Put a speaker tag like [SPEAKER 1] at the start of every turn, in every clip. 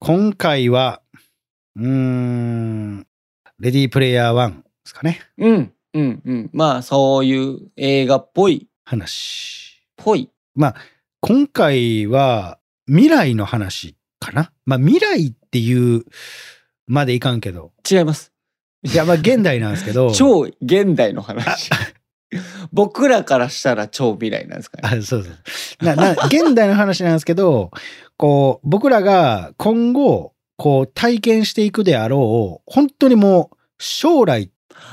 [SPEAKER 1] 今回は、うーん、レディープレイヤー1ですかね。
[SPEAKER 2] うん、うん、うん。まあ、そういう映画っぽい、
[SPEAKER 1] 話。
[SPEAKER 2] ぽい。
[SPEAKER 1] 今回は未来の話かな。まあ未来っていうまでいかんけど。
[SPEAKER 2] 違います。
[SPEAKER 1] いやまあ現代なんですけど。
[SPEAKER 2] 超現代の 話。僕らからしたら超未来なんですかね。
[SPEAKER 1] あそうそうなな現代の話なんですけどこう僕らが今後こう体験していくであろう本当にもう将来っ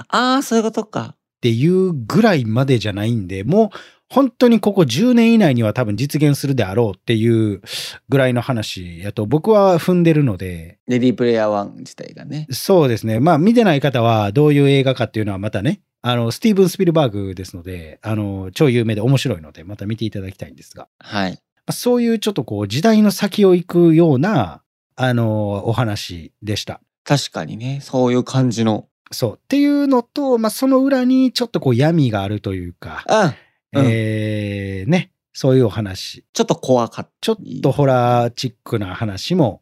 [SPEAKER 2] ああ、そういうことか。
[SPEAKER 1] ていうぐらいまでじゃないんでもう本当にここ10年以内には多分実現するであろうっていうぐらいの話やと僕は踏んでるので
[SPEAKER 2] レディープレイヤー1自体がね。
[SPEAKER 1] そうですねまあ見てない方はどういう映画かっていうのはまたねあのスティーブン・スピルバーグですのであの超有名で面白いのでまた見ていただきたいんですが
[SPEAKER 2] はい。
[SPEAKER 1] まあそういうちょっとこう時代の先を行くような、あのーお話でした。
[SPEAKER 2] 確かにね、そういう感じの。
[SPEAKER 1] そう。っていうのと、まあ、その裏にちょっとこう闇があるというか、
[SPEAKER 2] あうん
[SPEAKER 1] えー、ね、そういうお話。
[SPEAKER 2] ちょっと怖かっ
[SPEAKER 1] ちょっとホラーチックな話も、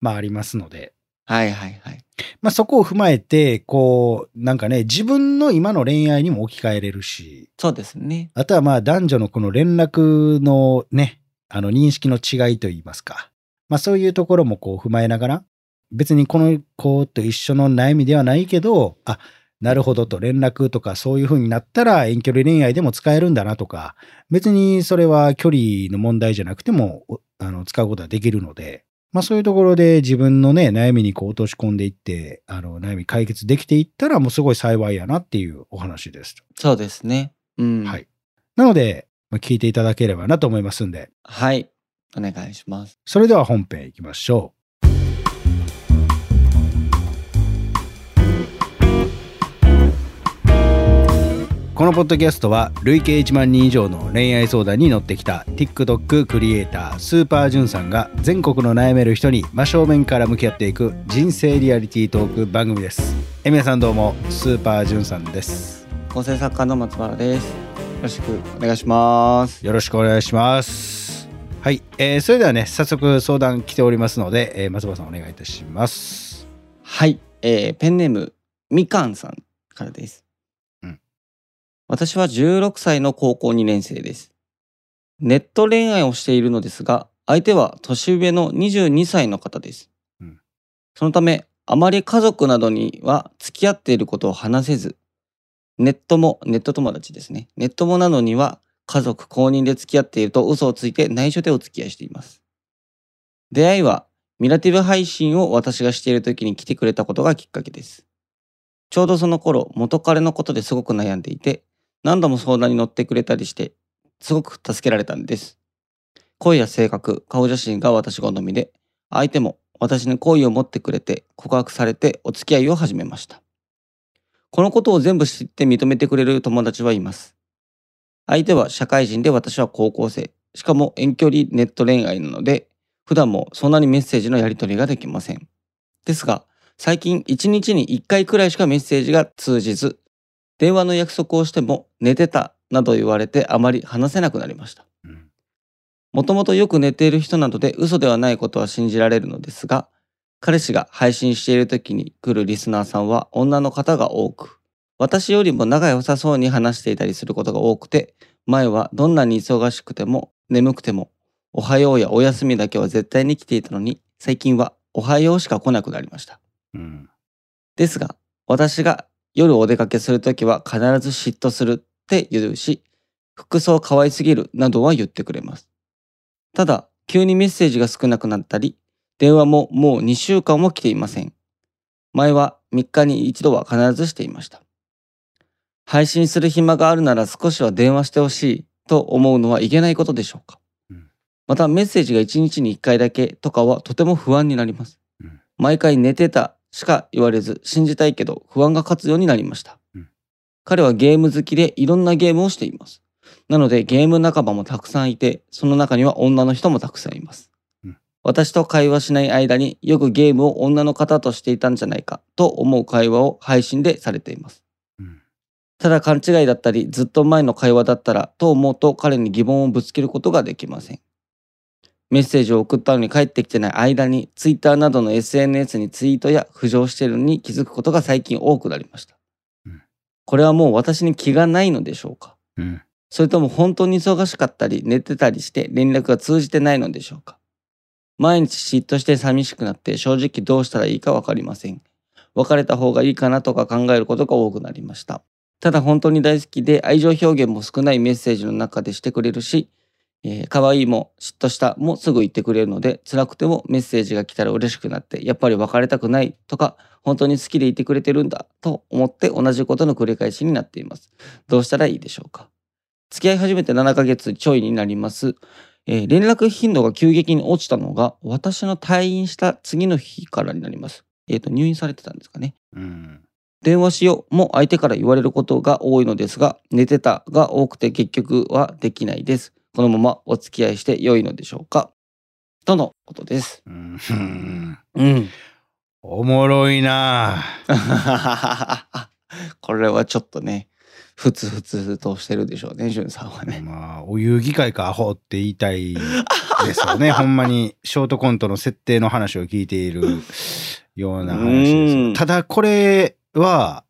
[SPEAKER 1] まあ、ありますので、
[SPEAKER 2] た。はいはいはい。
[SPEAKER 1] まあ、そこを踏まえて、こう、なんかね、自分の今の恋愛にも置き換えれるし、
[SPEAKER 2] そうですね。
[SPEAKER 1] あとはまあ男女のこの連絡のね、あの認識の違いといいますか。まあそういうところもこう踏まえながら、別にこの子と一緒の悩みではないけど、あ、なるほどと連絡とかそういう風になったら遠距離恋愛でも使えるんだなとか、別にそれは距離の問題じゃなくても、おあの、使うことはできるので、まあそういうところで自分のね、悩みにこう落とし込んでいって、あの、悩み解決できていったらもうすごい幸いやなっていうお話です。
[SPEAKER 2] そうですね。うん。
[SPEAKER 1] はいなので、まあ聞いていただければなと思いますんで、
[SPEAKER 2] はい。お願いします。
[SPEAKER 1] それでは本編いきましょう。このポッドキャストは累計1万人以上の恋愛相談に乗ってきた TikTok クリエイタースーパージュンさんが全国の悩める人に真正面から向き合っていく人生リアリティートーク番組です。え皆さんどうもスーパージュンさんです。
[SPEAKER 2] 構成作家の松原です。よろしくお願いします。
[SPEAKER 1] よろしくお願いします。はい、えーそれではね早速相談来ておりますので、えー松葉さんお願いいたします。
[SPEAKER 2] はい、えーペンネームみかんさんからです、
[SPEAKER 1] うん
[SPEAKER 2] 私は16歳の高校2年生ですネット恋愛をしているのですが相手は年上の22歳の方です、
[SPEAKER 1] うん
[SPEAKER 2] そのためあまり家族などには付き合っていることを話せずネットもネット友達ですねネットもなどには家族公認で付き合っていると嘘をついて内緒でお付き合いしています出会いはミラティブ配信を私がしている時に来てくれたことがきっかけです。ちょうどその頃、元彼のことですごく悩んでいて、何度も相談に乗ってくれたりして、すごく助けられたんです。声や性格、顔写真が私好みで、相手も私に好意を持ってくれて、告白されてお付き合いを始めました。このことを全部知って認めてくれる友達はいます。相手は社会人で私は高校生。しかも遠距離ネット恋愛なので、普段もそんなにメッセージのやり取りができません。ですが、最近1日に1回くらいしかメッセージが通じず、電話の約束をしても寝てたなど言われてあまり話せなくなりました
[SPEAKER 1] うん。
[SPEAKER 2] もともとよく寝ている人などで嘘ではないことは信じられるのですが、彼氏が配信している時に来るリスナーさんは女の方が多く、私よりも仲良さそうに話していたりすることが多くて、前はどんなに忙しくても眠くてもおはようやおやすみだけは絶対に来ていたのに、最近はおはようしか来なくなりました。
[SPEAKER 1] うん、
[SPEAKER 2] ですが、私が夜お出かけするときは必ず嫉妬するって言うし、服装可愛すぎるなどは言ってくれます。ただ、急にメッセージが少なくなったり、電話ももう2週間も来ていません。前は3日に一度は必ずしていました。配信する暇があるなら少しは電話してほしいと思うのはいけないことでしょうか
[SPEAKER 1] うん。
[SPEAKER 2] またメッセージが1日に1回だけとかはとても不安になります。毎回寝てたしか言われず信じたいけど不安が勝つようになりました、
[SPEAKER 1] うん
[SPEAKER 2] 彼はゲーム好きでいろんなゲームをしていますなのでゲーム仲間もたくさんいてその中には女の人もたくさんいます、
[SPEAKER 1] うん
[SPEAKER 2] 私と会話しない間によくゲームを女の方としていたんじゃないかと思う会話を配信でされています、
[SPEAKER 1] うん
[SPEAKER 2] ただ勘違いだったりずっと前の会話だったらと思うと彼に疑問をぶつけることができませんメッセージを送ったのに返ってきてない間に、Twitter などの SNS にツイートや浮上しているのに気づくことが最近多くなりました
[SPEAKER 1] うん。
[SPEAKER 2] これはもう私に気がないのでしょうか
[SPEAKER 1] うん。
[SPEAKER 2] それとも本当に忙しかったり寝てたりして連絡が通じてないのでしょうか毎日嫉妬して寂しくなって正直どうしたらいいかわかりません。別れた方がいいかなとか考えることが多くなりました。ただ本当に大好きで愛情表現も少ないメッセージの中でしてくれるし、えー可愛いも嫉妬したもすぐ言ってくれるので辛くてもメッセージが来たら嬉しくなってやっぱり別れたくないとか本当に好きでいてくれてるんだと思って同じことの繰り返しになっています。どうしたらいいでしょうか付き合い始めて7ヶ月ちょいになります。えー連絡頻度が急激に落ちたのが、私の退院した次の日からになります。えっ、と、入院されてたんですかね。
[SPEAKER 1] うん。
[SPEAKER 2] 電話しようも相手から言われることが多いのですが、寝てたが多くて結局はできないです。このままお付き合いして良いのでしょうかとのことです。
[SPEAKER 1] うんうん。
[SPEAKER 2] うん。
[SPEAKER 1] おもろいなあ
[SPEAKER 2] これはちょっとね、ふつふつとしてるでしょうね、じゅんさんはね。
[SPEAKER 1] まあ、お遊戯会かアホって言いたいですよ ね。ほんまに、ショートコントの設定の話を聞いているような話です
[SPEAKER 2] うん
[SPEAKER 1] よ。ただ、これは、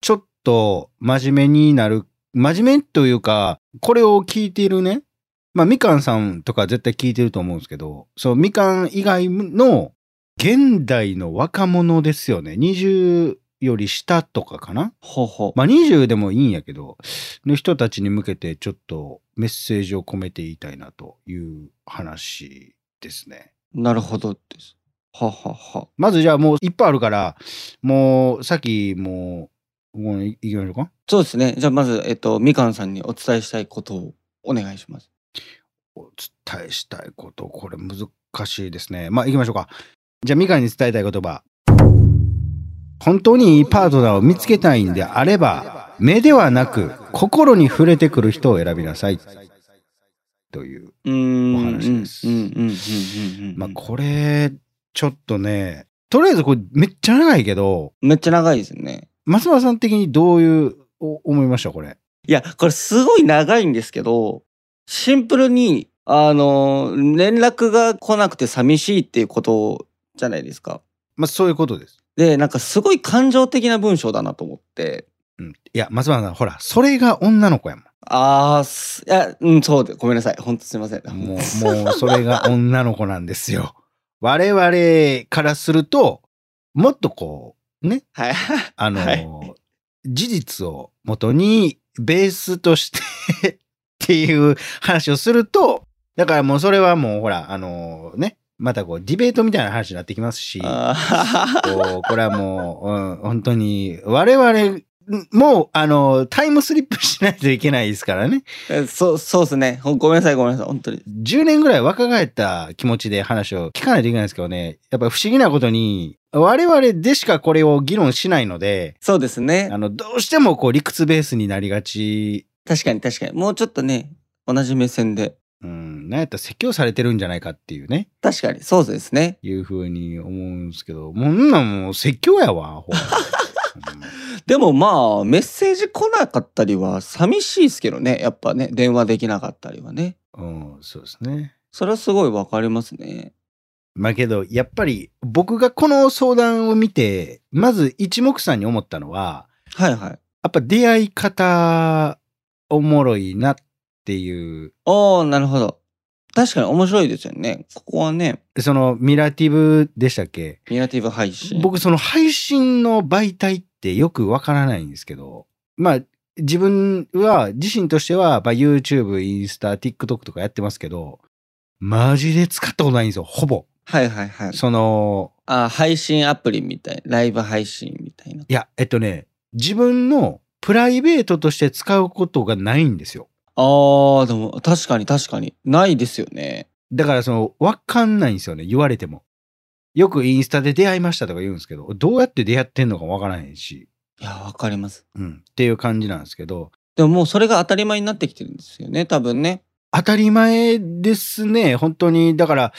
[SPEAKER 1] ちょっと真面目になる、真面目というか、これを聞いているね、まあ、みかんさんとか絶対聞いてると思うんですけど、そう、みかん以外の現代の若者ですよね。20より下とかかな
[SPEAKER 2] ほうほう。
[SPEAKER 1] まあ、20でもいいんやけど、の人たちに向けてちょっとメッセージを込めて言いたいなという話ですね。
[SPEAKER 2] なるほどです。ははは。
[SPEAKER 1] まずじゃあもういっぱいあるから、もうさっきもう、もういいきましょうか。
[SPEAKER 2] そうですね。じゃあまず、えっと、みかんさんにお伝えしたいことをお願いします。
[SPEAKER 1] お伝えしたいこと、これ難しいですね。まあ行きましょうか。じゃあみかんに伝えたい言葉。本当にいいパートナーを見つけたいんであれば、目ではなく心に触れてくる人を選びなさい。という
[SPEAKER 2] うーん。
[SPEAKER 1] お話です
[SPEAKER 2] うんうんうんうんうんうん。
[SPEAKER 1] まあこれ、ちょっとね、とりあえずこれめっちゃ長いけど、
[SPEAKER 2] めっちゃ長いですね。
[SPEAKER 1] 松原さん的にどういう、お思いましたこれ。
[SPEAKER 2] いや、これすごい長いんですけど、シンプルに、あの、連絡が来なくて寂しいっていうことじゃないですか。
[SPEAKER 1] まあそういうことです。
[SPEAKER 2] で、なんかすごい感情的な文章だなと思って、
[SPEAKER 1] うん。いや、松原さん、ほら、それが女の子やもん。
[SPEAKER 2] あーす、いや、うん、そうで、ごめんなさい。ほんとすいません。
[SPEAKER 1] もう、もうそれが女の子なんですよ。我々からすると、もっとこう、ね、
[SPEAKER 2] はい。
[SPEAKER 1] あの、
[SPEAKER 2] はい
[SPEAKER 1] 事実をもとにベースとして っていう話をすると、だからもうそれはもうほら、あのね、またこうディベートみたいな話になってきますし、
[SPEAKER 2] あー
[SPEAKER 1] こうこれはもう、うん、本当に我々もうあのタイムスリップしないといけないですからね
[SPEAKER 2] え そう、そうですね。ほんごめんなさい、ごめんなさい。本当に。
[SPEAKER 1] 10年ぐらい若返った気持ちで話を聞かないといけないんですけどねやっぱ不思議なことに我々でしかこれを議論しないので
[SPEAKER 2] そうですね
[SPEAKER 1] あ。のどうしてもこう理屈ベースになりがち、
[SPEAKER 2] 確かに確かに。もうちょっとね、同じ目線で。
[SPEAKER 1] うん、なんやったら説教されてるんじゃないかっていうね
[SPEAKER 2] 確かに、そうですね。
[SPEAKER 1] いうふうに思うんですけどもうそんなんもう説教やわほらほんま
[SPEAKER 2] でもまあ、メッセージ来なかったりは寂しいですけどね。やっぱね、電話できなかったりはね。
[SPEAKER 1] うんそうですね
[SPEAKER 2] それはすごいわかりますね。
[SPEAKER 1] まあけど、やっぱり僕がこの相談を見て、まず一目散に思ったのは、
[SPEAKER 2] はいはい。
[SPEAKER 1] やっぱ出会い方、おもろいなっていう、
[SPEAKER 2] おー、なるほど。確かに面白いですよね。ここはね、
[SPEAKER 1] そのミラティブでしたっけ
[SPEAKER 2] ミラティブ配信。
[SPEAKER 1] 僕その配信の媒体ってよくわからないんですけど、まあ自分は、自身としては、まあ、YouTube、インスタ、TikTok とかやってますけど、マジで使ったことないんですよ、ほぼ。
[SPEAKER 2] はいはいはい。
[SPEAKER 1] その、
[SPEAKER 2] あー配信アプリみたい。ライブ配信みたいな。
[SPEAKER 1] いや、えっとね、自分のプライベートとして使うことがないんですよ。
[SPEAKER 2] あー、でも確かに確かに。ないですよね。
[SPEAKER 1] だからその、わかんないんですよね、言われても。よくインスタで出会いましたとか言うんですけど、どうやって出会ってんのかわからへんし、
[SPEAKER 2] いや、わかります。
[SPEAKER 1] うん、っていう感じなんですけど、
[SPEAKER 2] でももうそれが当たり前になってきてるんですよね、多分ね。
[SPEAKER 1] 当たり前ですね、本当に。だから、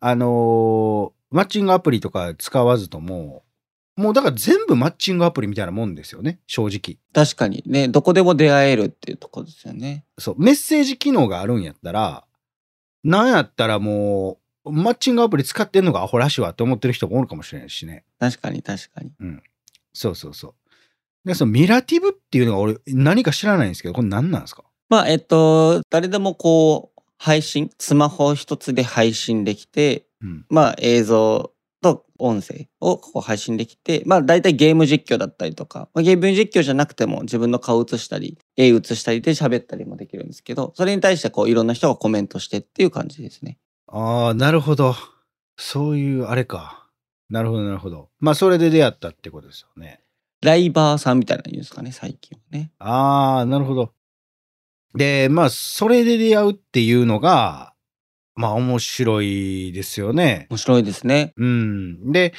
[SPEAKER 1] あのーマッチングアプリとか使わずとも、もうだから全部マッチングアプリみたいなもんですよね、正直。
[SPEAKER 2] 確かにね、どこでも出会えるっていうところですよね。
[SPEAKER 1] そう、メッセージ機能があるんやったら、なんやったらもう、マッチングアプリ使ってんのがアホらしいわって思ってる人もおるかもしれないしね。
[SPEAKER 2] 確かに確かに。
[SPEAKER 1] そうそうそう。で、そのミラティブっていうのが俺、何か知らないんですけど、これ何なんですか
[SPEAKER 2] まあ、えっと、誰でもこう、配信、スマホ一つで配信できて、
[SPEAKER 1] うん。
[SPEAKER 2] まあ、映像と音声をこう配信できて、まあ、大体ゲーム実況だったりとか、まあ、ゲーム実況じゃなくても自分の顔映したり、絵映したりで喋ったりもできるんですけど、それに対してこう、いろんな人がコメントしてっていう感じですね。
[SPEAKER 1] ああ、なるほど。そういう、あれか。なるほど、なるほど。まあ、それで出会ったってことですよね。
[SPEAKER 2] ライバーさんみたいなの言うんですかね、最近はね。
[SPEAKER 1] ああ、なるほど。で、まあ、それで出会うっていうのが、まあ、面白いですよね。
[SPEAKER 2] 面白いですね。
[SPEAKER 1] うん。で、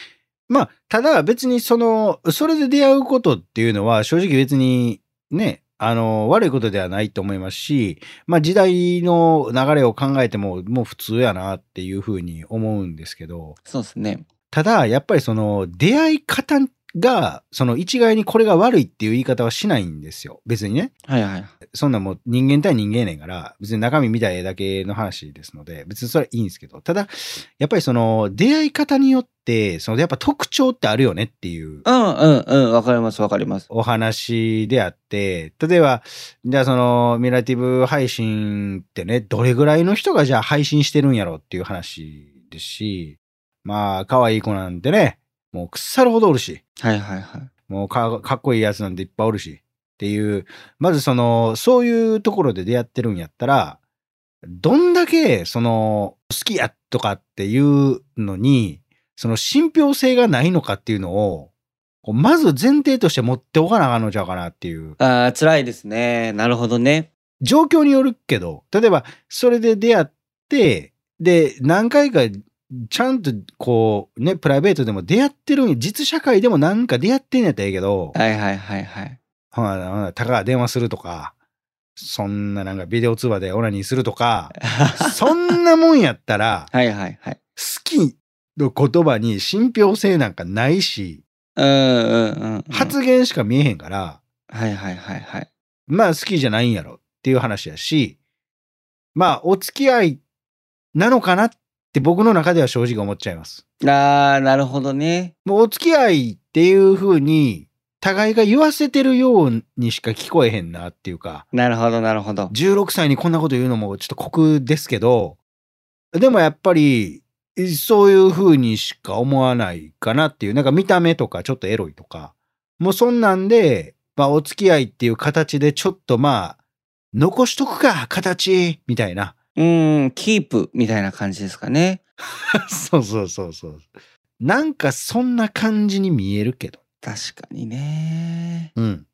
[SPEAKER 1] まあ、ただ別にその、それで出会うことっていうのは、正直別にね、あの、悪いことではないと思いますし、まあ、時代の流れを考えても、もう普通やなっていうふうに思うんですけど、
[SPEAKER 2] そうですね。
[SPEAKER 1] ただ、やっぱりその、出会い方が、その一概にこれが悪いっていう言い方はしないんですよ。別にね。
[SPEAKER 2] はいはい。
[SPEAKER 1] そんなんもう人間対人間やねんから、別に中身見た絵だけの話ですので、別にそれはいいんですけど、ただ、やっぱりその出会い方によって、そのやっぱ特徴ってあるよねっていう
[SPEAKER 2] うんうんうん、わかりますわかります。
[SPEAKER 1] お話であって、例えば、じゃあそのミラティブ配信ってね、どれぐらいの人がじゃあ配信してるんやろっていう話ですし、まあ、可愛い子なんてね、もう腐るほどおるし、
[SPEAKER 2] はいはいはい。
[SPEAKER 1] もうかかっこいいやつなんていっぱいおるしっていう、まずその、そういうところで出会ってるんやったら、どんだけ、その、好きやとかっていうのに、その信憑性がないのかっていうのを、こうまず前提として持っておかなあかんのちゃうかなっていう、
[SPEAKER 2] ああ、辛いですね。なるほどね。
[SPEAKER 1] 状況によるけど、例えば、それで出会って、で、何回か、ちゃんと、こう、ね、プライベートでも出会ってるんや実社会でもなんか出会ってんやったらええけど、
[SPEAKER 2] はいはいはいはい。
[SPEAKER 1] ほな、ほなたかが電話するとか、そんななんかビデオ通話でオナニーするとか、そんなもんやった ら、好
[SPEAKER 2] はいはいはい。
[SPEAKER 1] きの言葉に信憑性なんかないし、
[SPEAKER 2] うんうんうんうん。
[SPEAKER 1] 発言しか見えへんから、
[SPEAKER 2] はいはいはいはい。
[SPEAKER 1] まあ好きじゃないんやろっていう話やし、まあお付き合いなのかなって僕の中では正直思っちゃいます。
[SPEAKER 2] ああ、なるほどね。
[SPEAKER 1] もうお付き合いっていう風に、互いが言わせてるようにしか聞こえへんなっていうか、
[SPEAKER 2] なるほどなるほど。
[SPEAKER 1] 16歳にこんなこと言うのもちょっと酷ですけど、でもやっぱり、そういう風にしか思わないかなっていう、なんか見た目とかちょっとエロいとか、もうそんなんで、まあお付き合いっていう形でちょっとまあ、残しとくか、形、みたいな。
[SPEAKER 2] うん、キープみたいな感じですかね。
[SPEAKER 1] そうそうそうそう。なんかそんな感じに見えるけど。
[SPEAKER 2] 確かにね。
[SPEAKER 1] うん。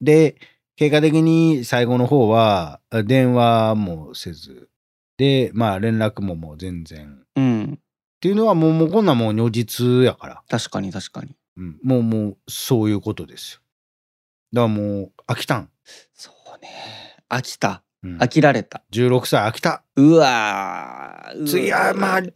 [SPEAKER 1] で、結果的に最後の方は、あ電話もせず、で、まあ連絡ももう全然。っ
[SPEAKER 2] うん、
[SPEAKER 1] ていうのはもうもうこんなんもう如実やから、
[SPEAKER 2] 確かに確かに。
[SPEAKER 1] うん、もうもうそういうことですよ。だからもう飽きたん。
[SPEAKER 2] そうね。飽きた。
[SPEAKER 1] うん、
[SPEAKER 2] 飽きられた。
[SPEAKER 1] 16歳飽きた。
[SPEAKER 2] うわー。
[SPEAKER 1] 次はまあ
[SPEAKER 2] うわー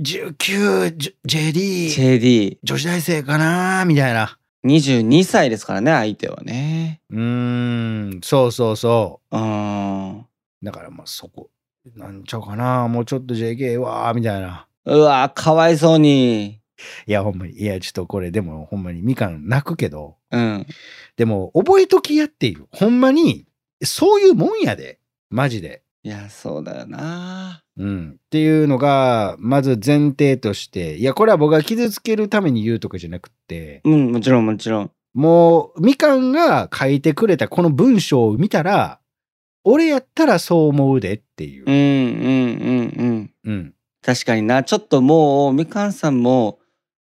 [SPEAKER 1] 19、JD、
[SPEAKER 2] JD。
[SPEAKER 1] 女子大生かなみたいな。
[SPEAKER 2] 22歳ですからね、相手はね。
[SPEAKER 1] うーん、そうそうそう。
[SPEAKER 2] うん。
[SPEAKER 1] だからまあそこ、なんちゃうかなもうちょっと JK は、みたいな。
[SPEAKER 2] うわー、かわいそうに。
[SPEAKER 1] いや、ほんまに。いや、ちょっとこれ、でも、ほんまに、みかん泣くけど、
[SPEAKER 2] うん。
[SPEAKER 1] でも、覚えときやっていう。ほんまに、そういうもんやで。マジで。
[SPEAKER 2] いや、そうだよな。
[SPEAKER 1] うん。っていうのが、まず前提として、いや、これは僕が傷つけるために言うとかじゃなくって、
[SPEAKER 2] うん、もちろんもちろん。
[SPEAKER 1] もう、みかんが書いてくれたこの文章を見たら、俺やったらそう思うでっていう
[SPEAKER 2] う。んうんうんうん。
[SPEAKER 1] うん。
[SPEAKER 2] 確かにな。ちょっともう、みかんさんも、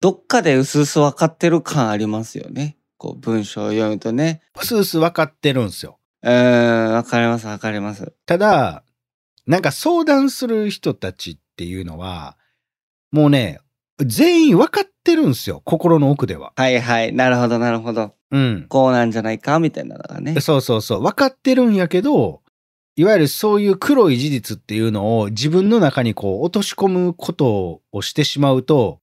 [SPEAKER 2] どっかでうすうす分かってる感ありますよね。こう、文章を読むとね。
[SPEAKER 1] うすうす分かってるんすよ。
[SPEAKER 2] うーん、わかります、わかります。
[SPEAKER 1] ただ、なんか相談する人たちっていうのは、もうね、全員分かってるんですよ、心の奥では。
[SPEAKER 2] はいはい、なるほど、なるほど。
[SPEAKER 1] うん。
[SPEAKER 2] こうなんじゃないか、みたいなのがね。
[SPEAKER 1] そうそうそう、分かってるんやけど、いわゆるそういう黒い事実っていうのを自分の中にこう落とし込むことをしてしまうと、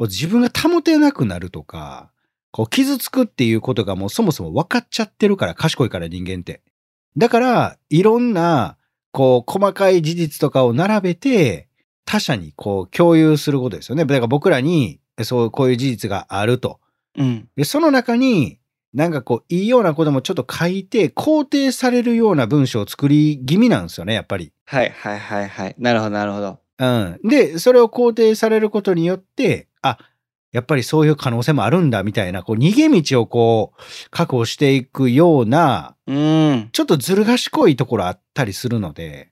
[SPEAKER 1] 自分が保てなくなるとか、こう傷つくっていうことがもうそもそも分かっちゃってるから、賢いから人間って。だから、いろんなこう、細かい事実とかを並べて、他者にこう共有することですよね。だから僕らに、そう、こういう事実があると。
[SPEAKER 2] うん。
[SPEAKER 1] で、その中に、なんかこう、いいようなこともちょっと書いて、肯定されるような文章を作り気味なんですよね、やっぱり。
[SPEAKER 2] はいはいはいはい。なるほどなるほど。
[SPEAKER 1] うん。で、それを肯定されることによって、あ、やっぱりそういう可能性もあるんだ、みたいな、こう、逃げ道をこう、確保していくような、
[SPEAKER 2] うん。
[SPEAKER 1] ちょっとずる賢いところあったりするので、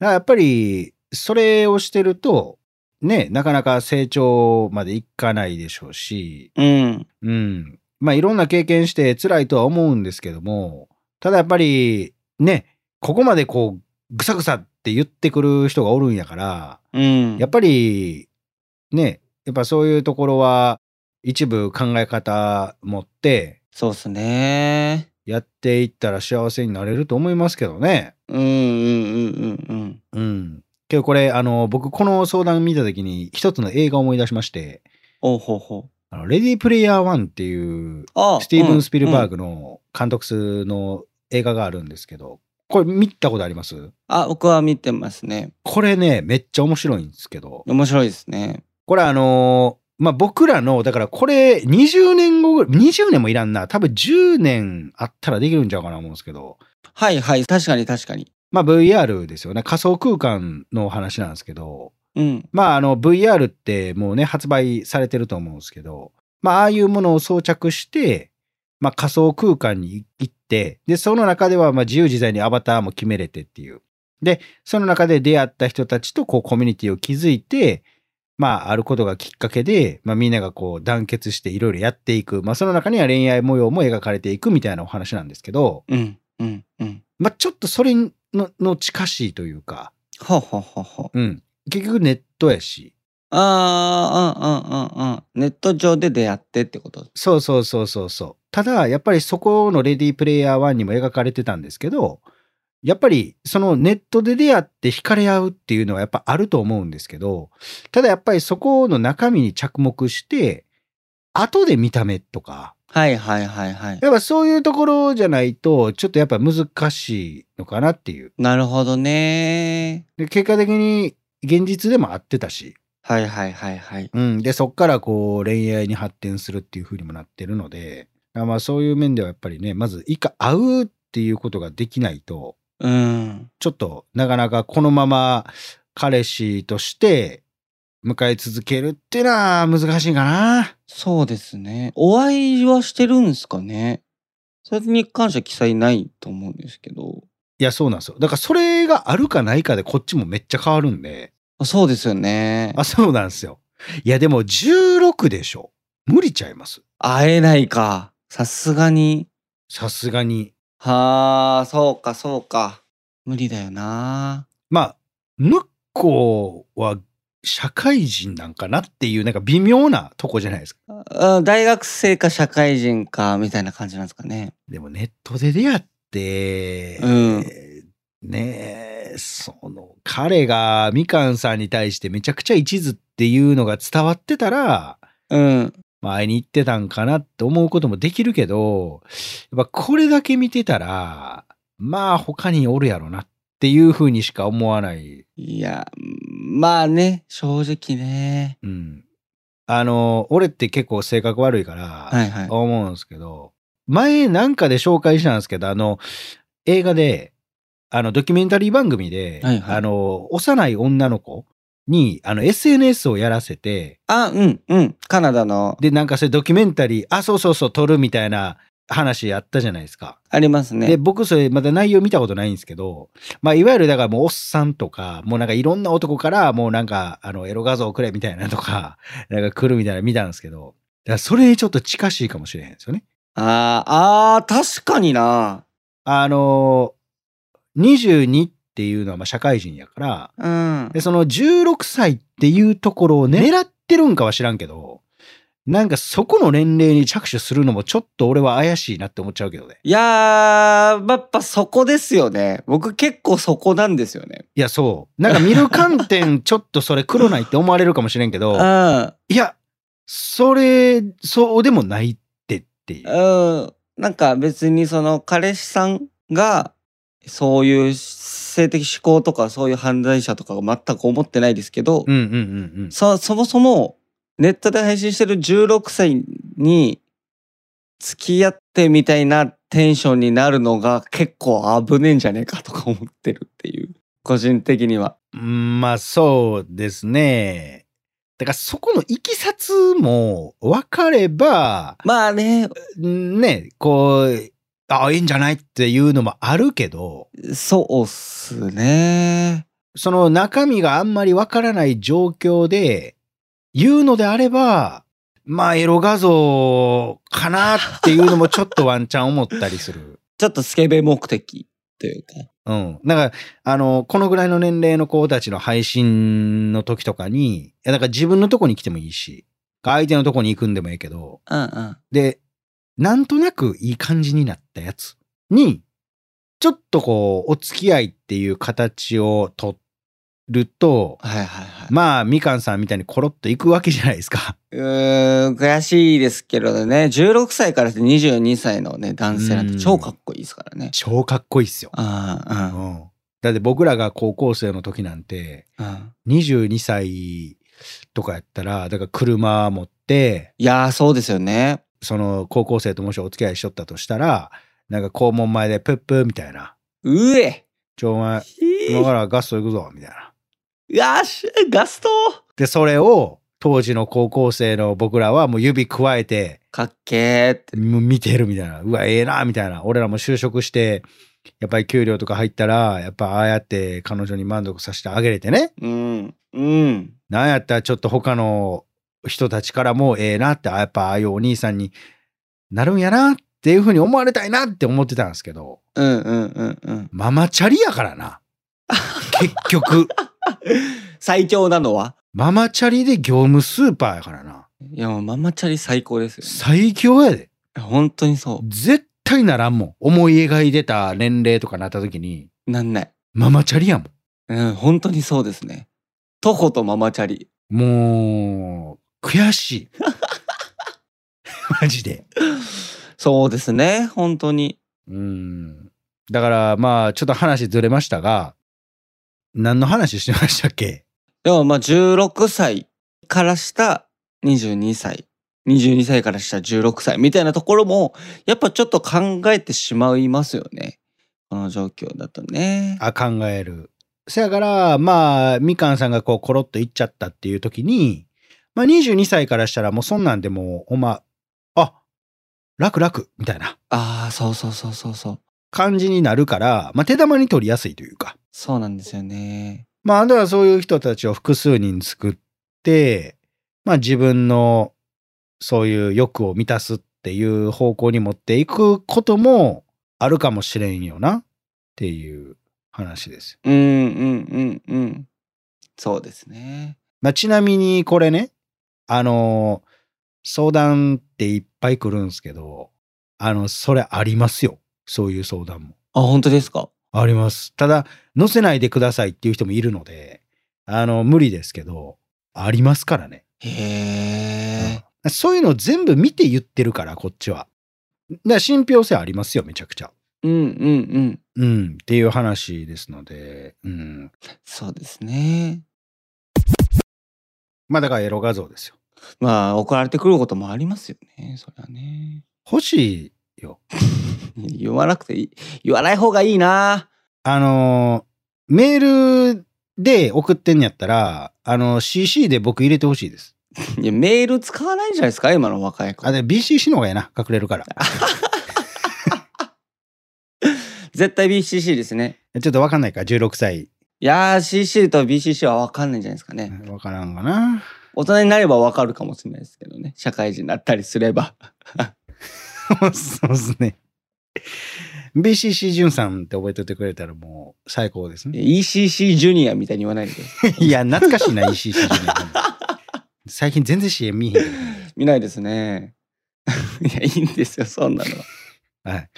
[SPEAKER 1] だからやっぱり、それをしてると、ね、なかなか成長までいかないでしょうし、
[SPEAKER 2] うん。
[SPEAKER 1] うん。まあ、いろんな経験して辛いとは思うんですけども、ただやっぱり、ね、ここまでこう、ぐさぐさって言ってくる人がおるんやから、
[SPEAKER 2] うん。
[SPEAKER 1] やっぱり、ね、やっぱそういうところは、一部考え方持って、
[SPEAKER 2] そうっすね。
[SPEAKER 1] やっていったら幸せになれると思いますけどね。
[SPEAKER 2] うんうんうんうんうん。
[SPEAKER 1] うん。けどこれ、あの、僕、この相談見たときに、一つの映画を思い出しまして、
[SPEAKER 2] おうほうほう。
[SPEAKER 1] あのレディープレイヤー1っていう、
[SPEAKER 2] あ
[SPEAKER 1] スティーブン・スピルバーグ
[SPEAKER 2] グ。
[SPEAKER 1] の監督の映画があるんですけど、これ見たことあります
[SPEAKER 2] あ、僕は見てますね。
[SPEAKER 1] これね、めっちゃ面白いんですけど、
[SPEAKER 2] 面白いですね。
[SPEAKER 1] これあのーまあ、僕らの、だからこれ20年後ぐらい、20年もいらんな、多分10年あったらできるんちゃうかな思うんですけど、
[SPEAKER 2] はいはい。確かに確かに。
[SPEAKER 1] まあ、VR ですよね。仮想空間の話なんですけど、
[SPEAKER 2] うん。
[SPEAKER 1] まあ、あの VR ってもうね、発売されてると思うんですけど、まあ、ああいうものを装着して、まあ、仮想空間に行って、で、その中ではまあ自由自在にアバターも決めれてっていう。で、その中で出会った人たちとこうコミュニティを築いて、まあ、あることがきっかけで、まあ、みんながこう団結していろいろやっていく。まあ、その中には恋愛模様も描かれていくみたいなお話なんですけど、
[SPEAKER 2] うん。うん。うん。
[SPEAKER 1] まあ、ちょっとそれのの近しいというか、
[SPEAKER 2] ほうほうほうほう。
[SPEAKER 1] うん。結局ネットやし、
[SPEAKER 2] ああ、うんうんうんうん。ネット上で出会ってってこと。
[SPEAKER 1] そうそうそうそうそう。ただ、やっぱりそこのレディープレイヤー1にも描かれてたんですけど、やっぱりそのネットで出会って惹かれ合うっていうのはやっぱあると思うんですけど、ただやっぱりそこの中身に着目して、後で見た目とか、
[SPEAKER 2] はいはいはいはい。
[SPEAKER 1] やっぱそういうところじゃないと、ちょっとやっぱ難しいのかなっていう。
[SPEAKER 2] なるほどね。
[SPEAKER 1] で結果的に現実でも合ってたし、
[SPEAKER 2] はいはいはいはい。
[SPEAKER 1] うん、でそっからこう恋愛に発展するっていう風にもなってるのでだからまあそういう面ではやっぱりねまず一回会うっていうことができないと
[SPEAKER 2] うん。
[SPEAKER 1] ちょっとなかなかこのまま彼氏として迎え続けるっていうのは難しいかな。
[SPEAKER 2] そうですね。お会いはしてるんですかね。それに関しては記載ないと思うんですけど。
[SPEAKER 1] いやそうなんですよだからそれがあるかないかでこっちもめっちゃ変わるんで
[SPEAKER 2] あそうですよね。
[SPEAKER 1] あそうなんですよいやでも16でしょ無理ちゃいます
[SPEAKER 2] 会えないか。さすがに。
[SPEAKER 1] さすがに
[SPEAKER 2] はあ、そうかそうか。無理だよな。
[SPEAKER 1] まあ、ムッコは社会人なんかなっていう、なんか微妙なとこじゃないですか。
[SPEAKER 2] うん大学生か社会人かみたいな感じなんですかね。
[SPEAKER 1] でもネットで出会って、
[SPEAKER 2] うん
[SPEAKER 1] ねえ、その、彼がみかんさんに対してめちゃくちゃ一途っていうのが伝わってたら、
[SPEAKER 2] うん。
[SPEAKER 1] まあ会いに行ってたんかなって思うこともできるけど、やっぱこれだけ見てたら、まあ他におるやろなっていうふうにしか思わない
[SPEAKER 2] いや、まあね、正直ね。
[SPEAKER 1] うん。あの、俺って結構性格悪いから、
[SPEAKER 2] はいはい。
[SPEAKER 1] 思うんですけど、前なんかで紹介したんですけど、あの、映画で、あの、ドキュメンタリー番組で、
[SPEAKER 2] はいはい
[SPEAKER 1] あの、幼い女の子に、あの、SNS をやらせて、
[SPEAKER 2] あ、うん、うん。カナダの
[SPEAKER 1] で、なんかそれドキュメンタリー、あ、そうそうそう、撮るみたいな話あったじゃないですか。
[SPEAKER 2] あります
[SPEAKER 1] で、
[SPEAKER 2] ね。
[SPEAKER 1] 僕それまだ内容見たことないんですけど、まあ、いわゆるだからもうおっさんとか、もうなんかいろんな男からもうなんか、あの、エロ画像くれみたいなとか、 なんか来るみたいなの見たんですけど、だからそれにちょっと近しいかもしれへんですよね。
[SPEAKER 2] あーあー、確かにな。
[SPEAKER 1] あの、22っていうのはまあ社会人やから、
[SPEAKER 2] うん
[SPEAKER 1] で、。その16歳っていうところをね、狙ってるんかは知らんけど、なんかそこの年齢に着手するのもちょっと俺は怪しいなって思っちゃうけどね。
[SPEAKER 2] いやー、やっぱそこですよね。僕結構そこなんですよね。
[SPEAKER 1] いや、そう。なんか見る観点、ちょっとそれ黒ないって思われるかもしれんけ
[SPEAKER 2] う
[SPEAKER 1] ど、
[SPEAKER 2] ん。
[SPEAKER 1] いや、それ、そうでもないってっていう。
[SPEAKER 2] うん。なんか別にその彼氏さんがそういう性的指向とかそういう犯罪者とかは全く思ってないですけど、
[SPEAKER 1] うんうんうんうん。
[SPEAKER 2] そそもそもネットで配信してる16歳に付き合ってみたいなテンションになるのが結構危ねえんじゃねえかとか思ってるっていう個人的には
[SPEAKER 1] うんまあそうですね。だからそこのいきさつも分かれば、
[SPEAKER 2] まあね
[SPEAKER 1] ね、こう、あ、いいんじゃないっていうのもあるけど、
[SPEAKER 2] そうっすね
[SPEAKER 1] その中身があんまり分からない状況で言うのであれば、まあエロ画像かなっていうのもちょっとワンチャン思ったりする。
[SPEAKER 2] ちょっとスケベ目的というか
[SPEAKER 1] うん。だから、あの、このぐらいの年齢の子たちの配信の時とかに、いや、だから自分のとこに来てもいいし、相手のとこに行くんでもいいけど、
[SPEAKER 2] うんうん
[SPEAKER 1] で、なんとなくいい感じになったやつに、ちょっとこう、お付き合いっていう形を取ると、
[SPEAKER 2] はいはいはい、
[SPEAKER 1] まあ、みかんさんみたいにコロッと行くわけじゃないですか。
[SPEAKER 2] うーん悔しいですけどね16歳からして22歳のね男性なんて超かっこいいですからね
[SPEAKER 1] 超かっこいいっすよ。う
[SPEAKER 2] あ
[SPEAKER 1] ん。だって僕らが高校生の時なんて、
[SPEAKER 2] あうんうん
[SPEAKER 1] 22歳とかやったら、だから車持って、
[SPEAKER 2] いやーそうですよね
[SPEAKER 1] その高校生ともしお付き合いしとったとしたら、なんか校門前でプップみたいな。
[SPEAKER 2] うえ
[SPEAKER 1] ちょ、お前、今からガスト行くぞ、みたいな。
[SPEAKER 2] よしガスト
[SPEAKER 1] で、それを当時の高校生の僕らはもう指くわえて、
[SPEAKER 2] かっけーって
[SPEAKER 1] もう見てるみたいな。うわ、ええな、みたいな。俺らも就職して、やっぱり給料とか入ったら、やっぱああやって彼女に満足させてあげれてね。
[SPEAKER 2] うんうん
[SPEAKER 1] なんやったらちょっと他の人たちからもええなって、あやっぱああいうお兄さんになるんやなっていうふうに思われたいなって思ってたんですけど、
[SPEAKER 2] うんうんうんうん
[SPEAKER 1] ママチャリやからな。結局、
[SPEAKER 2] 最強なのは
[SPEAKER 1] ママチャリで業務スーパーやからな。
[SPEAKER 2] いやもうママチャリ最高ですよ、
[SPEAKER 1] 最強やで。
[SPEAKER 2] ね、本当にそ
[SPEAKER 1] 絶対ならんもん。思い描いてた年齢とかなった時に、
[SPEAKER 2] うなんない
[SPEAKER 1] ママチャリやもん。
[SPEAKER 2] うん本当にそうですね徒歩とママチャリ
[SPEAKER 1] もう、悔しい。 マジで。
[SPEAKER 2] そうですね本当に
[SPEAKER 1] うん。だから、まあ、ちょっと話ずれましたが、何の話してましたっけ
[SPEAKER 2] でもまあ16歳からした22歳22歳からした16歳みたいなところもやっぱちょっと考えてしまいますよねこの状況だとね
[SPEAKER 1] あ、考える。せやから、まあ、みかんさんがこう、コロッといっちゃったっていう時に、まあ、22歳からしたらもうそんなんでもう、お前、あ、楽楽、みたいな
[SPEAKER 2] ああそうそうそうそうそう
[SPEAKER 1] 感じになるから、まあ、手玉に取りやすいというか。
[SPEAKER 2] そうなんですよね
[SPEAKER 1] まあ、あとはそういう人たちを複数人作って、まあ自分のそういう欲を満たすっていう方向に持っていくこともあるかもしれんよなっていう話です。
[SPEAKER 2] うんうんうんうんそうですね
[SPEAKER 1] まあちなみにこれね、あの、相談っていっぱい来るんですけど、あの、それありますよ。そういう相談も。
[SPEAKER 2] あ本当ですか
[SPEAKER 1] あります。ただ、載せないでくださいっていう人もいるので、あの、無理ですけど、ありますからね。
[SPEAKER 2] へえ、
[SPEAKER 1] そういうのを全部見て言ってるから、こっちは。だから信憑性ありますよ、めちゃくちゃ。
[SPEAKER 2] うん、うんうんうん
[SPEAKER 1] うん、っていう話ですので、うん。
[SPEAKER 2] そうですね
[SPEAKER 1] まあだからエロ画像ですよ。
[SPEAKER 2] まあ怒られてくることもありますよねそりゃね
[SPEAKER 1] 欲しいよ。
[SPEAKER 2] 言わなくていい言わない方がいいな
[SPEAKER 1] あのー、メールで送ってんやったら、あの、CC で僕入れてほしいです。
[SPEAKER 2] いやメール使わないんじゃないですか今の若い子
[SPEAKER 1] あ、で、BCC の方がええな、隠れるから。
[SPEAKER 2] 絶対 BCC ですね
[SPEAKER 1] ちょっとわかんないから、16歳。
[SPEAKER 2] いやー CC と BCC は分かんないんじゃないですかね
[SPEAKER 1] わからんかな。
[SPEAKER 2] 大人になれば分かるかもしれないですけどね社会人になったりすれば
[SPEAKER 1] そうですね。BCC じゅんさんって覚えておいてくれたらもう最高ですね。
[SPEAKER 2] ECC ジュニアみたいに言わないでください
[SPEAKER 1] いや、懐かしいな、ECC じゃない最近全然 CM 見えへんけ
[SPEAKER 2] 見ないですね いやいいんですよそんなのは
[SPEAKER 1] ど。はい。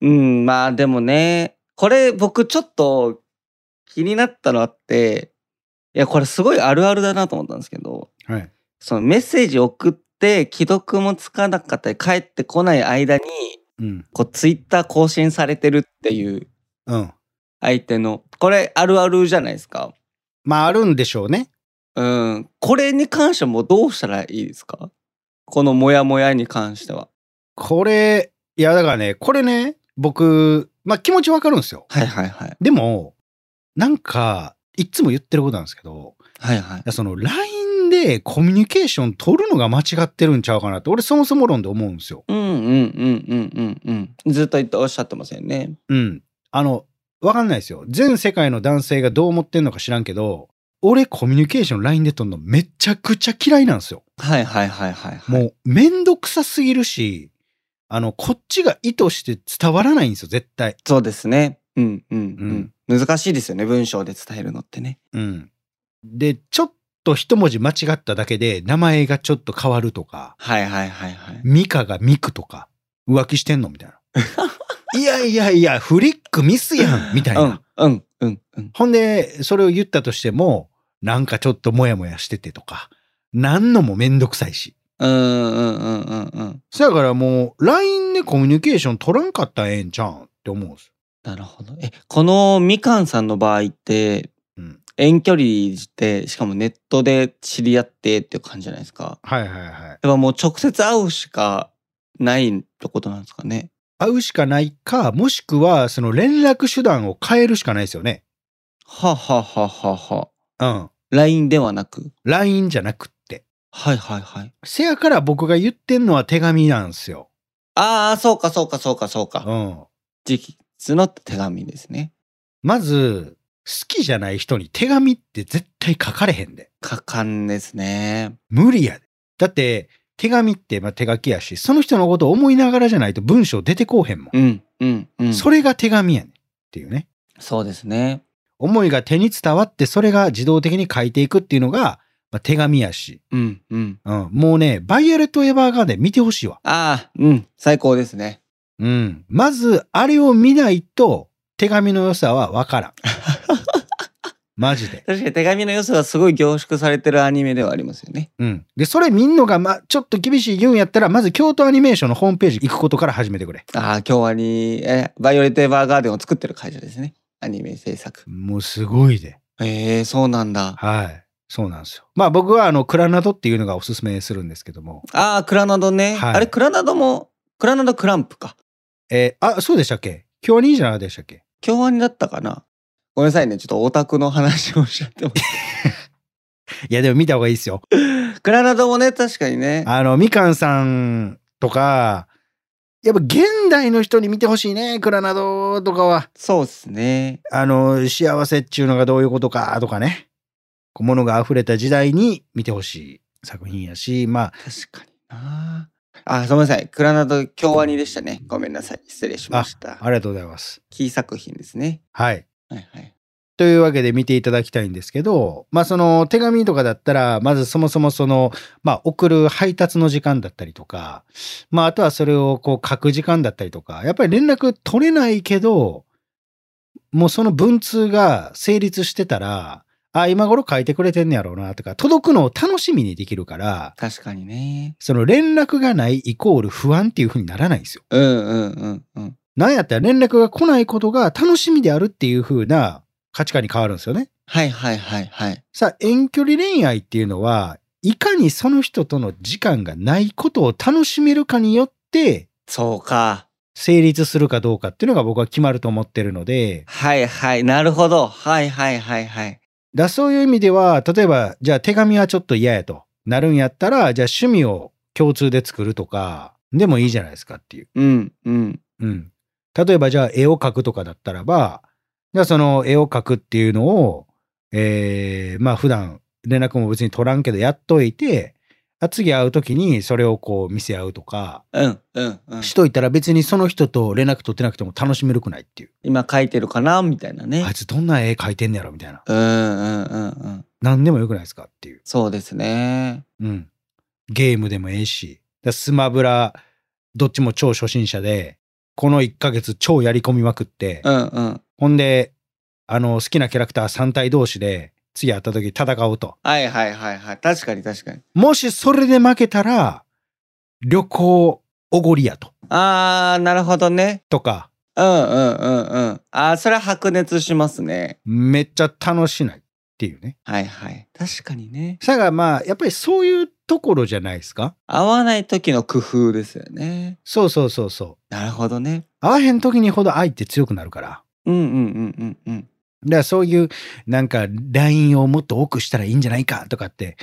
[SPEAKER 2] うんまあでもねこれ僕ちょっと気になったのあっていやこれすごいあるあるだなと思ったんですけど
[SPEAKER 1] はい。
[SPEAKER 2] そのメッセージ送って既読もつかなかったり返ってこない間に
[SPEAKER 1] うん。
[SPEAKER 2] こうツイッター更新されてるっていう
[SPEAKER 1] うん。
[SPEAKER 2] 相手の。これあるあるじゃないですか。
[SPEAKER 1] まあ、あるんでしょうね。
[SPEAKER 2] うん。これに関してはもうどうしたらいいですかこのモヤモヤに関しては。
[SPEAKER 1] これ、いや、だからね、これね、僕、まあ、気持ちわかるんですよ。
[SPEAKER 2] はいはいはい。
[SPEAKER 1] でも、なんか、いっつも言ってることなんですけど、
[SPEAKER 2] はいはい
[SPEAKER 1] い。やその LINE でコミュニケーション取るのが間違ってるんちゃうかなって、俺そもそも論で思うんですよ。
[SPEAKER 2] うんうんうんうんうんうん。ずっと言っておっしゃってませんね。
[SPEAKER 1] うん。あの、わかんないですよ。全世界の男性がどう思ってんのか知らんけど、俺コミュニケーション LINE で取るのめちゃくちゃ嫌いなんですよ。
[SPEAKER 2] はいはいはいはい、はい。
[SPEAKER 1] もうめんどくさすぎるし、あの、こっちが意図して伝わらないんですよ、絶対。
[SPEAKER 2] そうですね。うんうんうん。難しいですよね。文章で伝えるのってね。
[SPEAKER 1] うん。で、ちょっと一文字間違っただけで名前がちょっと変わるとか、
[SPEAKER 2] はいはいはいはい。
[SPEAKER 1] ミカがミクとか、浮気してんのみたい な。いやいやいや、フリックミスやんみたいな。
[SPEAKER 2] うんうんうんうん。
[SPEAKER 1] ほんで、それを言ったとしても、なんかちょっとモヤモヤしててとか、なんのもめんどくさいし。
[SPEAKER 2] うんうんうんうんうん。
[SPEAKER 1] そやからもう、LINE でコミュニケーション取らんかったらええんちゃうんって思うんですよ。
[SPEAKER 2] なるほど。え、このみかんさんの場合って、
[SPEAKER 1] うん
[SPEAKER 2] 遠距離で、しかもネットで知り合ってっていう感じじゃないですか。
[SPEAKER 1] はいはいはい。
[SPEAKER 2] やっぱもう直接会うしかないってことなんですかね。
[SPEAKER 1] 会うしかないか、もしくは、その連絡手段を変えるしかないですよね。
[SPEAKER 2] はあはあはあはあはあ。
[SPEAKER 1] うん。
[SPEAKER 2] LINE ではなく。
[SPEAKER 1] LINE じゃなくって。
[SPEAKER 2] はいはいはい。
[SPEAKER 1] せやから僕が言ってんのは手紙なんですよ。
[SPEAKER 2] ああ、そうかそうかそうかそうか。
[SPEAKER 1] うん。
[SPEAKER 2] 直筆の手紙ですね。
[SPEAKER 1] まず、好きじゃない人に手紙って絶対書かれへんで。
[SPEAKER 2] 果敢ですね。
[SPEAKER 1] 無理やで。だって、手紙ってまあ手書きやし、その人のことを思いながらじゃないと文章出てこうへんもん。
[SPEAKER 2] うんうんうん。
[SPEAKER 1] それが手紙やねんっていうね。
[SPEAKER 2] そうですね。
[SPEAKER 1] 思いが手に伝わって、それが自動的に書いていくっていうのが、まあ、手紙やし。
[SPEAKER 2] うんうん。
[SPEAKER 1] うん。もうね、バイオレット・エヴァーガーデン見てほしいわ。
[SPEAKER 2] ああ、うん。最高ですね。
[SPEAKER 1] うん。まず、あれを見ないと、手紙の良さはわからん。マジで。
[SPEAKER 2] 確かに手紙の良さがすごい凝縮されてるアニメではありますよね。
[SPEAKER 1] うん。で、それ見んのが、まあ、ちょっと厳しい言うんやったら、まず京都アニメーションのホームページ行くことから始めてくれ。
[SPEAKER 2] ああ、今日はに、え、バイオレット・エヴァーガーデンを作ってる会社ですね。アニメ制作。
[SPEAKER 1] もうすごいで。
[SPEAKER 2] ええそうなんだ。
[SPEAKER 1] はい。そうなんですよ。まあ僕はあの、クラナドっていうのがおすすめするんですけども。
[SPEAKER 2] ああ、クラナドね。
[SPEAKER 1] はい
[SPEAKER 2] あれ、クラナドも、クラナドクランプか。
[SPEAKER 1] えーあ、そうでしたっけ京アニじゃなかったでしたっけ
[SPEAKER 2] 京アニだったかな。ごめんなさいね。ちょっとオタクの話をしちゃってま
[SPEAKER 1] いやでも見た方がいいですよ。
[SPEAKER 2] す。クラナドもね、確かにね。
[SPEAKER 1] あの、みかんさんとか、やっぱ現代の人に見てほしいね、クラナドとかは。
[SPEAKER 2] そうですね。
[SPEAKER 1] あの、幸せっちゅうのがどういうことかとかね。こう物が溢れた時代に見てほしい作品やし、まあ、
[SPEAKER 2] 確かにな。あ、すみません。クラナド京アニでしたね。ごめんなさい。失礼しました。
[SPEAKER 1] ありがとうございます。
[SPEAKER 2] キー作品ですね。
[SPEAKER 1] はい。
[SPEAKER 2] はいはい。
[SPEAKER 1] というわけで見ていただきたいんですけど、まあその手紙とかだったら、まずそもそもその、まあ送る配達の時間だったりとか、まああとはそれをこう書く時間だったりとか、やっぱり連絡取れないけど、もうその文通が成立してたら、あ、今頃書いてくれてんねやろうなとか、届くのを楽しみにできるから、
[SPEAKER 2] 確かにね。
[SPEAKER 1] その連絡がないイコール不安っていう風にならないんですよ。
[SPEAKER 2] うんうんうんうん。
[SPEAKER 1] なんやったら連絡が来ないことが楽しみであるっていう風な価値観に変わるんですよね。
[SPEAKER 2] はいはいはいはい。
[SPEAKER 1] さあ、遠距離恋愛っていうのは、いかにその人との時間がないことを楽しめるかによって、
[SPEAKER 2] そうか。
[SPEAKER 1] 成立するかどうかっていうのが僕は決まると思ってるので、
[SPEAKER 2] はいはい。なるほど。はいはいはいはい。
[SPEAKER 1] だそういう意味では、例えば、じゃあ手紙はちょっと嫌やとなるんやったら、じゃあ趣味を共通で作るとか、でもいいじゃないですかっていう。
[SPEAKER 2] うんうん。
[SPEAKER 1] うん。例えば、じゃあ絵を描くとかだったらば、じゃあその絵を描くっていうのを、えーまあ普段連絡も別に取らんけどやっといて、あ次会う時にそれをこう見せ合うとか、
[SPEAKER 2] うんうんうん。
[SPEAKER 1] しといたら別にその人と連絡取ってなくても楽しめるくないっていう。
[SPEAKER 2] 今書いてるかなみたいなね
[SPEAKER 1] あい。つどんな絵描いてんねやろみたいな。
[SPEAKER 2] うんうんうんうん。
[SPEAKER 1] 何でもよくないですかっていう。
[SPEAKER 2] そうですね。
[SPEAKER 1] うん。ゲームでもええし、だスマブラ、どっちも超初心者で、この1ヶ月超やり込みまくって、
[SPEAKER 2] うんうん。
[SPEAKER 1] ほんで、あの、好きなキャラクター3体同士で、次会った時戦うと。
[SPEAKER 2] はいはいはいはい。確かに確かに。
[SPEAKER 1] もしそれで負けたら、旅行おごりやと。
[SPEAKER 2] あー、なるほどね。
[SPEAKER 1] とか、
[SPEAKER 2] うんうんうんうん。あーそれは白熱しますね。
[SPEAKER 1] めっちゃ楽しないっていうね。
[SPEAKER 2] はいはい。確かにね。
[SPEAKER 1] さがまあ、やっぱりそういうところじゃないですか。
[SPEAKER 2] 合わない時の工夫ですよね。
[SPEAKER 1] そうそうそうそう。
[SPEAKER 2] なるほどね。
[SPEAKER 1] 合わへん時にほど愛って強くなるから。
[SPEAKER 2] うんうんうんうんうん。
[SPEAKER 1] だからそういう、なんか、ラインをもっと多くしたらいいんじゃないかとかって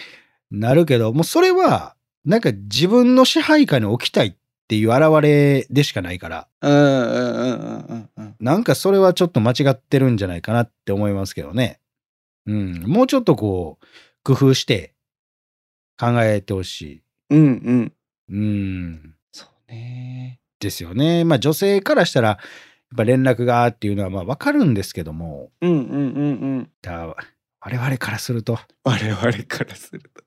[SPEAKER 1] なるけど、もうそれは、なんか自分の支配下に置きたいっていう現れでしかないから、
[SPEAKER 2] うんうんうんうんうんうん。
[SPEAKER 1] なんかそれはちょっと間違ってるんじゃないかなって思いますけどね。うん。もうちょっとこう、工夫して考えてほし
[SPEAKER 2] うんう
[SPEAKER 1] い。
[SPEAKER 2] ん。
[SPEAKER 1] うん。
[SPEAKER 2] そうね。
[SPEAKER 1] ですよね。まあ女性からしたら、やっぱ連絡がっていうのはまあわかるんですけども、
[SPEAKER 2] うんうんうんうん。
[SPEAKER 1] だ我々からすると。
[SPEAKER 2] 我々からすると。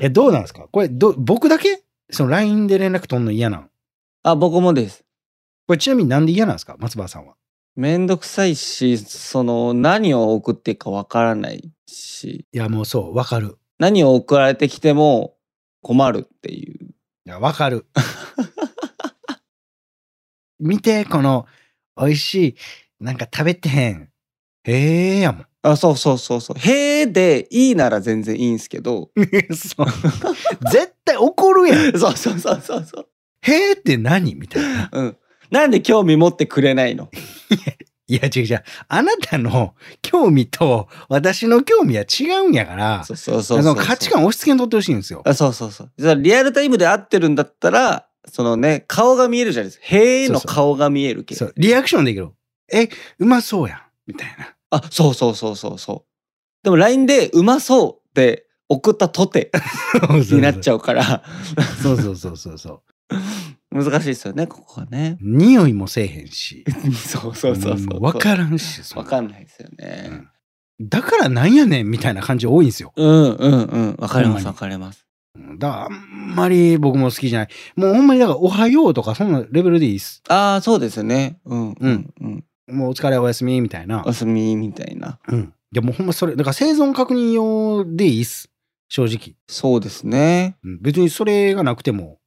[SPEAKER 1] え、どうなんですかこれど、僕だけその LINE で連絡取んの嫌なん
[SPEAKER 2] あ、僕もです。
[SPEAKER 1] これちなみになんで嫌なんですか松原さんは。
[SPEAKER 2] めんどくさいし、その何を送っていいかわからないし、
[SPEAKER 1] いやもうそう、わかる。
[SPEAKER 2] 何を送られてきても困るっていう。
[SPEAKER 1] いや、わかる。 見て、この、美味しい。なんか食べてへん。へえやも ん。
[SPEAKER 2] あ、そうそうそうそう。へえでいいなら全然いいんす けど。
[SPEAKER 1] そう。絶対怒るやん。
[SPEAKER 2] そうそうそうそうそう。
[SPEAKER 1] へえって何みたいな。
[SPEAKER 2] うん。なんで興味持ってくれないの
[SPEAKER 1] いや、違う違う。あなたの興味と私の興味は違うんやから、
[SPEAKER 2] そうそうそうそ
[SPEAKER 1] その
[SPEAKER 2] う。
[SPEAKER 1] 価値観押し付けにとってほしいんですよ。
[SPEAKER 2] あそうそうそう。じゃあリアルタイムで合ってるんだったら、そのね、顔が見えるじゃないですか。へえの顔が見えるけど。
[SPEAKER 1] そう、リアクションできる。え、うまそうやん。みたいな。
[SPEAKER 2] あ、そうそうそうそうそう。でも LINE でうまそうって送ったとてになっち
[SPEAKER 1] ゃ
[SPEAKER 2] ゃうから、
[SPEAKER 1] う。そうそうそうそうそう。。
[SPEAKER 2] 難しいですよね、ここはね
[SPEAKER 1] 匂いもせえへんし。
[SPEAKER 2] そうそうそうそ
[SPEAKER 1] ん
[SPEAKER 2] う。
[SPEAKER 1] わからんし。そ
[SPEAKER 2] わ
[SPEAKER 1] ん
[SPEAKER 2] かんないですよね。
[SPEAKER 1] うんだからなんやねんみたいな感じ多いんですよ。
[SPEAKER 2] うんうんうん。わかり
[SPEAKER 1] ほん
[SPEAKER 2] ま
[SPEAKER 1] まに
[SPEAKER 2] すわかります。
[SPEAKER 1] うんだからあんまり僕も好きじゃない。もうほんまにだからおはようとかそんなレベルでいいっす。
[SPEAKER 2] ああ、そうですね。うんうんうん。
[SPEAKER 1] もうお疲れおやすみみたいな
[SPEAKER 2] お。すみみたいな。
[SPEAKER 1] うん。いやもうほんまそれ、だから生存確認用でいいっす。正直。
[SPEAKER 2] そうですね。
[SPEAKER 1] うん別にそれがなくても、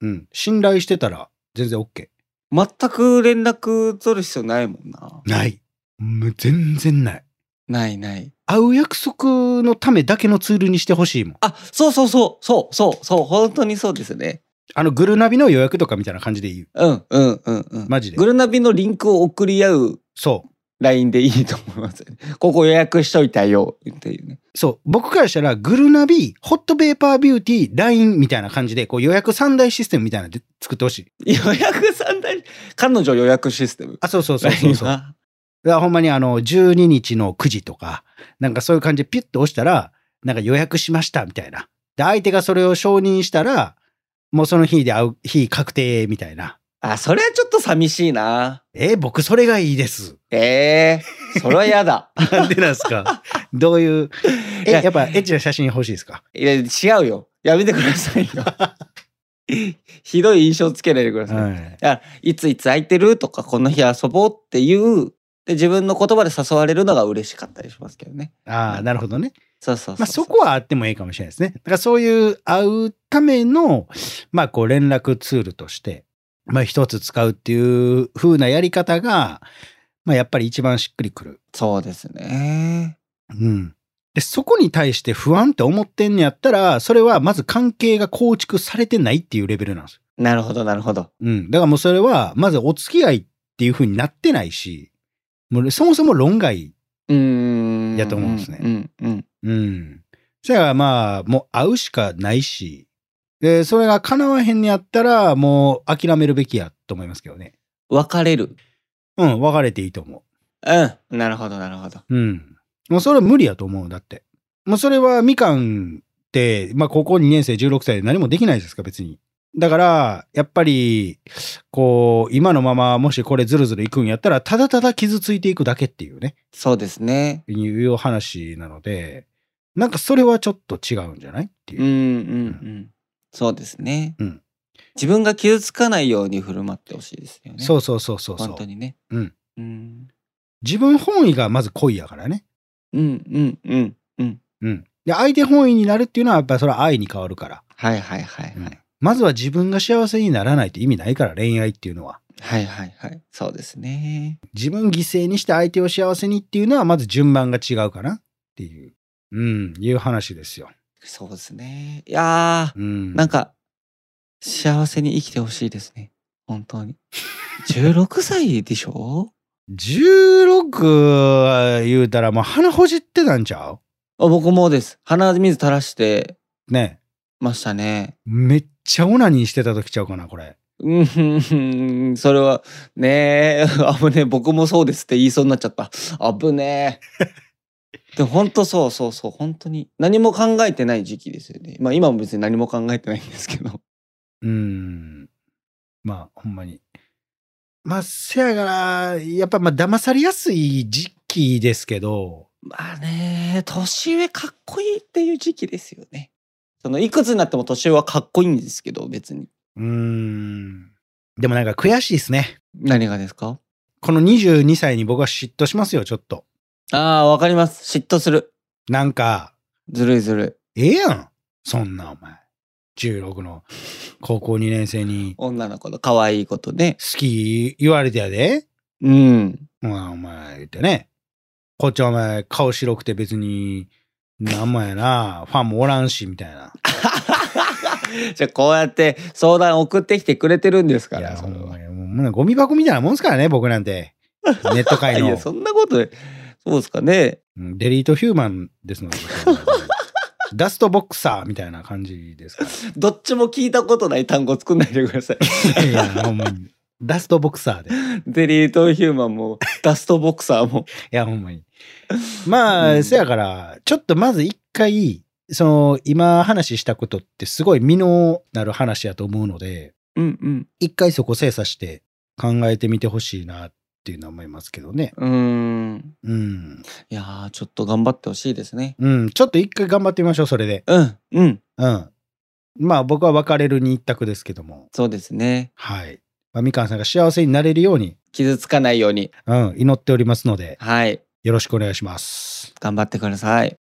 [SPEAKER 1] うん。信頼してたら全然 OK。
[SPEAKER 2] 全く連絡取る必要ないもんな。
[SPEAKER 1] ない。もう全然ない。
[SPEAKER 2] ないない。
[SPEAKER 1] 会う約束のためだけのツールにしてほしいもん。
[SPEAKER 2] あ、そうそうそう、そうそう、そう、本当にそうですね。
[SPEAKER 1] あの、グルナビの予約とかみたいな感じでいい。
[SPEAKER 2] うんうんうんうん。
[SPEAKER 1] マジで
[SPEAKER 2] グ。ルナビのリンクを送り合う
[SPEAKER 1] そ
[SPEAKER 2] LINE でいいと思いますよね。ここ予約しといたよっていうね。
[SPEAKER 1] う。そう。僕からしたら、グルナビ、ホットペーパービューティー、LINE みたいな感じで、こう予約三大システムみたいなので作ってほしい。
[SPEAKER 2] 予約さんだ彼女予約システム。
[SPEAKER 1] あ、そうそうそうそうそう。だか
[SPEAKER 2] LINE は
[SPEAKER 1] らほんまにあの、12日の9時とか、なんかそういう感じでピュッと押したら、なんか予約しましたみたいな。で、相手がそれを承認したら、もうその日で会う、日確定みたいな。
[SPEAKER 2] あ、それはちょっと寂しいな。
[SPEAKER 1] えー僕それがいいです。
[SPEAKER 2] ええそれは嫌だ。
[SPEAKER 1] なんでなんです かどういう。 え、
[SPEAKER 2] いや
[SPEAKER 1] やっぱエッチな写真欲しいですか
[SPEAKER 2] いや、違うよ。やめてくださいよ。 ひどい印象つけないでくださ
[SPEAKER 1] は
[SPEAKER 2] い。
[SPEAKER 1] い。
[SPEAKER 2] だからいついつ空いてるとかこの日遊ぼうっていうで自分の言葉で誘われるのが嬉しかったりしますけどね。
[SPEAKER 1] ああ、なるほどね。
[SPEAKER 2] そうそうそう
[SPEAKER 1] まあそこはあってもいいかもしれないですね。だからそういう会うための、まあこう連絡ツールとして、まあ一つ使うっていう風なやり方が、まあやっぱり一番しっくりくる。
[SPEAKER 2] そうですね。
[SPEAKER 1] うん。で、そこに対して不安って思ってんのやったら、それはまず関係が構築されてないっていうレベルなんですよ。
[SPEAKER 2] なるほどなるほど。
[SPEAKER 1] うん。だからもうそれは、まずお付き合いっていう風になってないし、もうそもそも論外
[SPEAKER 2] うーん。
[SPEAKER 1] やと思うんですね
[SPEAKER 2] うんうん。
[SPEAKER 1] うん。そやからまあ、もう会うしかないし、で、それが叶わへんにやったら、もう諦めるべきやと思いますけどね。
[SPEAKER 2] 別れる。
[SPEAKER 1] うん、別れていいと思
[SPEAKER 2] うん。なるほどなるほど。
[SPEAKER 1] う。うん。もうそれは無理やと思う、だって。もうそれはみかんって、まあ高校2年生16歳で何もできないですか、別に。だから、やっぱり、こう、今のままもしこれずるずるいくんやったら、ただただ傷ついていくだけっていうね、
[SPEAKER 2] そうですね。
[SPEAKER 1] いう話なので、なんかそれはちょっと違うんじゃないっていうう。
[SPEAKER 2] んうんうん。そうですね。
[SPEAKER 1] うん
[SPEAKER 2] 自分が傷つかないように振る舞ってほしいですよね。
[SPEAKER 1] そうそうそうそうそう。
[SPEAKER 2] 本当にね。
[SPEAKER 1] うん。
[SPEAKER 2] うん。
[SPEAKER 1] 自分本位がまず恋やからね。
[SPEAKER 2] うんうんうんうん。
[SPEAKER 1] うん。で、相手本位になるっていうのは、やっぱりそれは愛に変わるから、
[SPEAKER 2] はいはいはいはい。
[SPEAKER 1] まずは自分が幸せにならないと意味ないから、恋愛っていうのは。
[SPEAKER 2] はいはいはい。そうですね。
[SPEAKER 1] 自分犠牲にして相手を幸せにっていうのはまず順番が違うかなっていう、うん、いう話ですよ。
[SPEAKER 2] そうですね。いやー、
[SPEAKER 1] うん。
[SPEAKER 2] なんか、幸せに生きてほしいですね。本当に。16歳でしょ
[SPEAKER 1] 16言うたらもう鼻ほじってたんちゃ
[SPEAKER 2] あ僕もです。鼻水垂らして
[SPEAKER 1] うね
[SPEAKER 2] ましたね。
[SPEAKER 1] めっちゃオナニーしてた時ちゃうかな、これ。
[SPEAKER 2] うんふんふん、それは、ねえ、 危ねえ、僕もそうですって言いそうになっちゃった。危ねえ。で、本当そうそうそう、本当に。何も考えてない時期ですよね。まあ今も別に何も考えてないんですけど。
[SPEAKER 1] うん。まあ、ほんまに。まあ、せやから、やっぱまあ、騙されやすい時期ですけど、
[SPEAKER 2] まあね、年上かっこいいっていう時期ですよね。その、いくつになっても年上はかっこいいんですけど、別に。
[SPEAKER 1] うん。でもなんか悔しいですね。
[SPEAKER 2] 何がですか
[SPEAKER 1] この22歳に僕は嫉妬しますよ、ちょっと。
[SPEAKER 2] ああ、わかります。嫉妬する。
[SPEAKER 1] なんか、
[SPEAKER 2] ずるいずるい。
[SPEAKER 1] ええやん。そんなお前。16の高校2年生に
[SPEAKER 2] 女の子の可愛いことね。
[SPEAKER 1] 好き言われてやで。
[SPEAKER 2] うん。
[SPEAKER 1] まあ、お前言ってね。こっちはお前顔白くて別に、なんもやな。ファンもおらんし、みたいな。
[SPEAKER 2] じゃあこうやって相談送ってきてくれてるんですか
[SPEAKER 1] い
[SPEAKER 2] ら
[SPEAKER 1] や、
[SPEAKER 2] そ
[SPEAKER 1] ほ
[SPEAKER 2] れ
[SPEAKER 1] ん
[SPEAKER 2] は
[SPEAKER 1] まにもうもうゴミ箱みたいなもんすからね、僕なん て。ネット界
[SPEAKER 2] い
[SPEAKER 1] の
[SPEAKER 2] やそんなことそうですかね
[SPEAKER 1] うんデリートヒューマンですので。 ダストボクサーみたいな感じですか
[SPEAKER 2] どっちも聞いたことない単語作んないでください
[SPEAKER 1] ら。いや、ほんまに。ダストボクサーで。
[SPEAKER 2] デリートヒューマンもダストボクサーも
[SPEAKER 1] いや、ほんまに。まあ、
[SPEAKER 2] うん
[SPEAKER 1] せやから、ちょっとまず一回、その、今話したことってすごい身のなる話やと思うので、
[SPEAKER 2] うんうん
[SPEAKER 1] 一回そこ精査して考えてみてほしいなっていうのは思いますけどね。
[SPEAKER 2] うーん
[SPEAKER 1] うん。
[SPEAKER 2] いやーちょっと頑張ってほしいですね
[SPEAKER 1] うん。ちょっと一回頑張ってみましょう、それで。
[SPEAKER 2] うんうん
[SPEAKER 1] うん。まあ、僕は別れるに一択ですけども。
[SPEAKER 2] そうですね
[SPEAKER 1] はい。まあ、みかんさんが幸せになれるように、
[SPEAKER 2] 傷つかないように
[SPEAKER 1] うん、祈っておりますので、
[SPEAKER 2] はい
[SPEAKER 1] よろしくお願いします。
[SPEAKER 2] 頑張ってください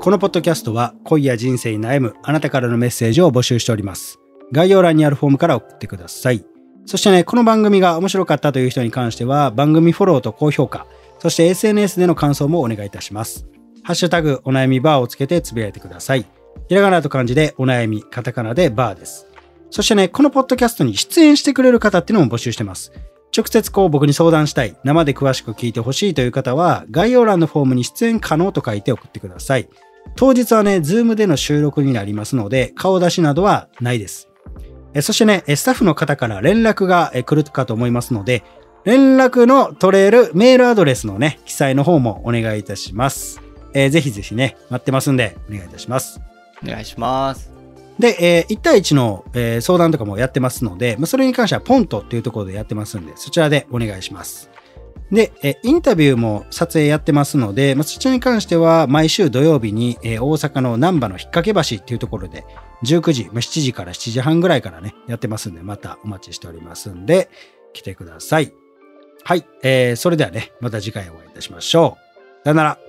[SPEAKER 1] このポッドキャストは恋や人生に悩むあなたからのメッセージを募集しております。概要欄にあるフォームから送ってください。そしてね、この番組が面白かったという人に関しては番組フォローと高評価、そして SNS での感想もお願いいたします。ハッシュタグお悩みバーをつけてつぶやいてください。ひらがなと漢字でお悩み、カタカナでバーです。そしてね、このポッドキャストに出演してくれる方っていうのも募集してます。直接こう僕に相談したい、生で詳しく聞いてほしいという方は概要欄のフォームに出演可能と書いて送ってください。当日はね、ズームでの収録になりますので、顔出しなどはないです。えそしてね、えスタッフの方から連絡がえ来るかと思いますので、連絡の取れるメールアドレスのね、記載の方もお願いいたします。えーぜひぜひね、待ってますんで、お願いいたします。
[SPEAKER 2] お願いします
[SPEAKER 1] で、え1対1の、えー相談とかもやってますので、まあ、それに関してはポントっていうところでやってますんで、そちらでお願いします。で、えーインタビューも撮影やってますので、まあ、そちらに関しては毎週土曜日に、えー大阪の難波の引っ掛け橋っていうところで、19時、まあ、7時から7時半ぐらいからね、やってますんで、またお待ちしておりますんで、来てください。はい、えーそれではね、また次回お会いいたしましょう。さよなら。